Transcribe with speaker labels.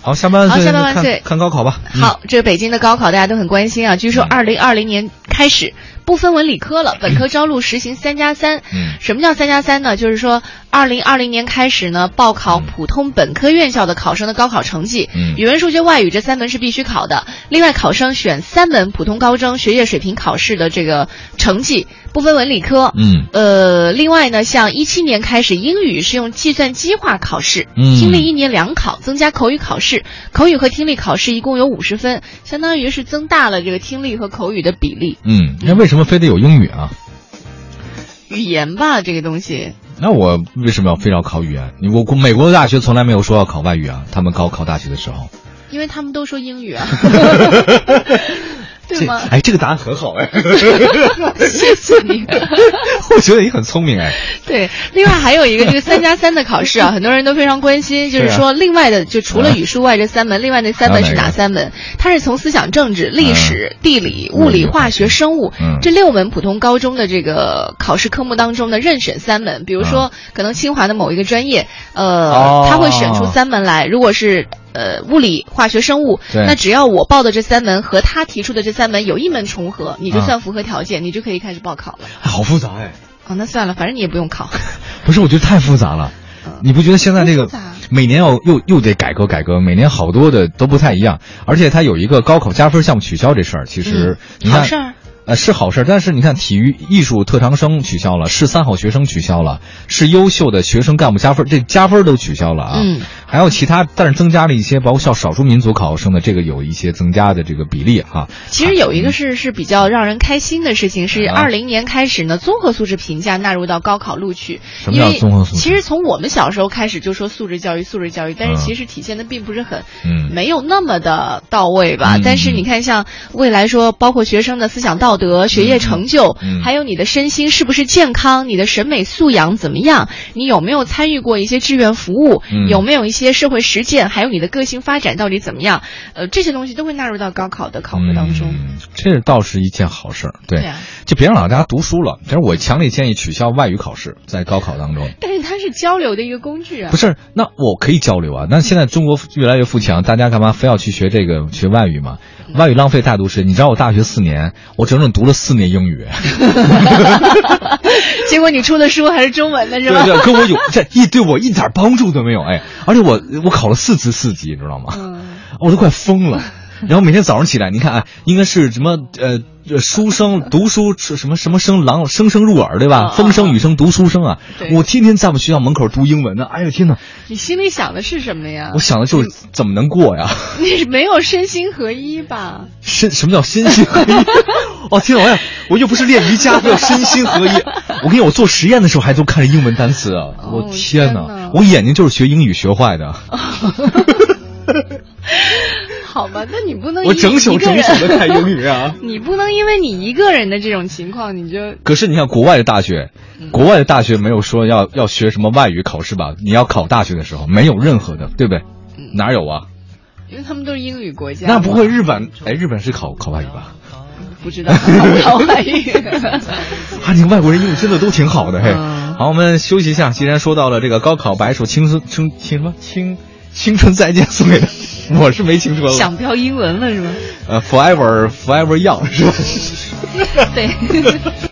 Speaker 1: 好，下半万岁，
Speaker 2: 好下半万岁
Speaker 1: 看看高考吧。嗯
Speaker 2: 好，这北京的高考大家都很关心啊。据说二零二零年开始不分文理科了，本科招录实行三加三。
Speaker 1: 嗯
Speaker 2: 什么叫三加三呢？就是说二零二零年开始呢，报考普通本科院校的考生的高考成绩，
Speaker 1: 嗯
Speaker 2: 语文、数学、外语这三门是必须考的。另外，考生选三门普通高中学业水平考试的这个成绩，不分文理科。
Speaker 1: 嗯
Speaker 2: 呃，另外呢，像一七年开始，英语是用计算机化考试，
Speaker 1: 嗯
Speaker 2: 听力一年两考，增加口语考试，口语和听力考试一共有五十分，相当于是增大了这个听力和口语的比例。
Speaker 1: 嗯，那为什么非得有英语啊？
Speaker 2: 语言吧，这个东西，
Speaker 1: 那我为什么要非要考语言？你我美国的大学从来没有说要考外语啊，他们高考大学的时候。
Speaker 2: 因为他们都说英语啊， 对
Speaker 1: 这
Speaker 2: 吗？
Speaker 1: 哎，这个答案很好 哎，
Speaker 2: 谢谢你。
Speaker 1: 我觉得你很聪明哎。
Speaker 2: 对，另外还有一个这个三加三的考试啊，很多人都非常关心，就是
Speaker 1: 对啊
Speaker 2: 说另外的就除了语数外这三门，另外那三门是哪三门？它是从思想政治、历史、地理、物理、化学、生物
Speaker 1: 嗯
Speaker 2: 这六门普通高中的这个考试科目当中呢，任选三门。比如说，可能清华的某一个专业，
Speaker 1: 哦
Speaker 2: 呃，他会选出三门来，如果是。呃，物理、化学、生物，
Speaker 1: 对
Speaker 2: 那只要我报的这三门和他提出的这三门有一门重合，你就
Speaker 1: 啊
Speaker 2: 算符合条件，你就可以开始报考了。
Speaker 1: 哎好复杂哎，
Speaker 2: 哦，那算了，反正你也不用考。
Speaker 1: 不是，我觉得太复杂了。你不觉得现在这个
Speaker 2: 多复杂
Speaker 1: 每年要又又得改革改革，每年好多的都不太一样，而且它有一个高考加分项目取消这事儿，其实、你看
Speaker 2: 嗯好事儿。
Speaker 1: 呃，是好事儿，但是你看，体育艺术特长生取消了，市三好学生取消了，市优秀的学生干部加分，这加分都取消了啊。
Speaker 2: 嗯，
Speaker 1: 还有其他，但是增加了一些，包括像少数民族考生的这个有一些增加的这个比例哈、
Speaker 2: 其实有一个是是比较让人开心的事情，是
Speaker 1: 啊
Speaker 2: 二零年开始呢，综合素质评价纳入到高考录取。
Speaker 1: 什么叫
Speaker 2: 因为
Speaker 1: 综合素质
Speaker 2: 其实从我们小时候开始就说素质教育，素质教育，但是
Speaker 1: 嗯
Speaker 2: 其实体现的并不是很，
Speaker 1: 嗯
Speaker 2: 没有那么的到位吧。
Speaker 1: 嗯
Speaker 2: 但是你看，像未来说，包括学生的思想道德、学业成就，
Speaker 1: 嗯
Speaker 2: 还有你的身心是不是健康，你的审美素养怎么样，你有没有参与过一些志愿服务，
Speaker 1: 嗯
Speaker 2: 有没有一些社会实践，还有你的个性发展到底怎么样，呃，这些东西都会纳入到高考的考核当中。
Speaker 1: 嗯，这倒是一件好事儿。对，
Speaker 2: 对啊
Speaker 1: 就别让老人家读书了。但是我强烈建议取消外语考试，在高考当中。
Speaker 2: 但是它是交流的一个工具啊
Speaker 1: 不。是，那我可以交流啊。那现在中国越来越富强，大家干嘛非要去学这个学外语嘛？外语浪费大都市。你知道我大学四年，我整整读了四年英语，
Speaker 2: 结果你出的书还是中文的是
Speaker 1: 对
Speaker 2: 吧？
Speaker 1: 对，跟我有这一对我一点帮助都没有哎。而且我我考了四次四级，你知道吗？
Speaker 2: 嗯，
Speaker 1: 我都快疯了。然后每天早上起来，你看啊，应该是什么呃，呃书生读书是什么什么生郎声声入耳，对吧？
Speaker 2: 啊啊
Speaker 1: 风声雨声读书声啊
Speaker 2: 哦对！嗯
Speaker 1: 我天天在我们学校门口读英文呢。哎呦天哪！
Speaker 2: 你心里想的是什么呀
Speaker 1: 我？想的就是怎么能过呀？
Speaker 2: 你没有身心合一吧？
Speaker 1: 身什么叫身心合一？ 哦天哪！我想我又不是练瑜伽，叫身心合一。我跟你，我做实验的时候还都看着英文单词啊！
Speaker 2: 哦
Speaker 1: 我天
Speaker 2: 天
Speaker 1: 哪
Speaker 2: 哪！
Speaker 1: 我眼睛就是学英语学坏的。
Speaker 2: 好吧，那你不能
Speaker 1: 我
Speaker 2: 因
Speaker 1: 整宿
Speaker 2: 一个
Speaker 1: 整
Speaker 2: 人
Speaker 1: 宿的看英语啊！
Speaker 2: 你不能因为你一个人的这种情况，你就
Speaker 1: 可是你看国外的大学，国外的大学没有说要要学什么外语考试吧？你要考大学的时候，没有任何的，对不对？哪有啊？
Speaker 2: 因为他们都是英语国家嘛，
Speaker 1: 那不会日本？哎，日本是考考外语吧？
Speaker 2: 不知道好怀疑。
Speaker 1: 啊，你外国人英语真的都挺好的嘿。
Speaker 2: 嗯
Speaker 1: 好，我们休息一下。既然说到了这个高考白首青春青青什么青青春再见送给的，我是没青春了。
Speaker 2: 想飘英文了是吗？
Speaker 1: 呃，forever forever young 是吧？
Speaker 2: 对。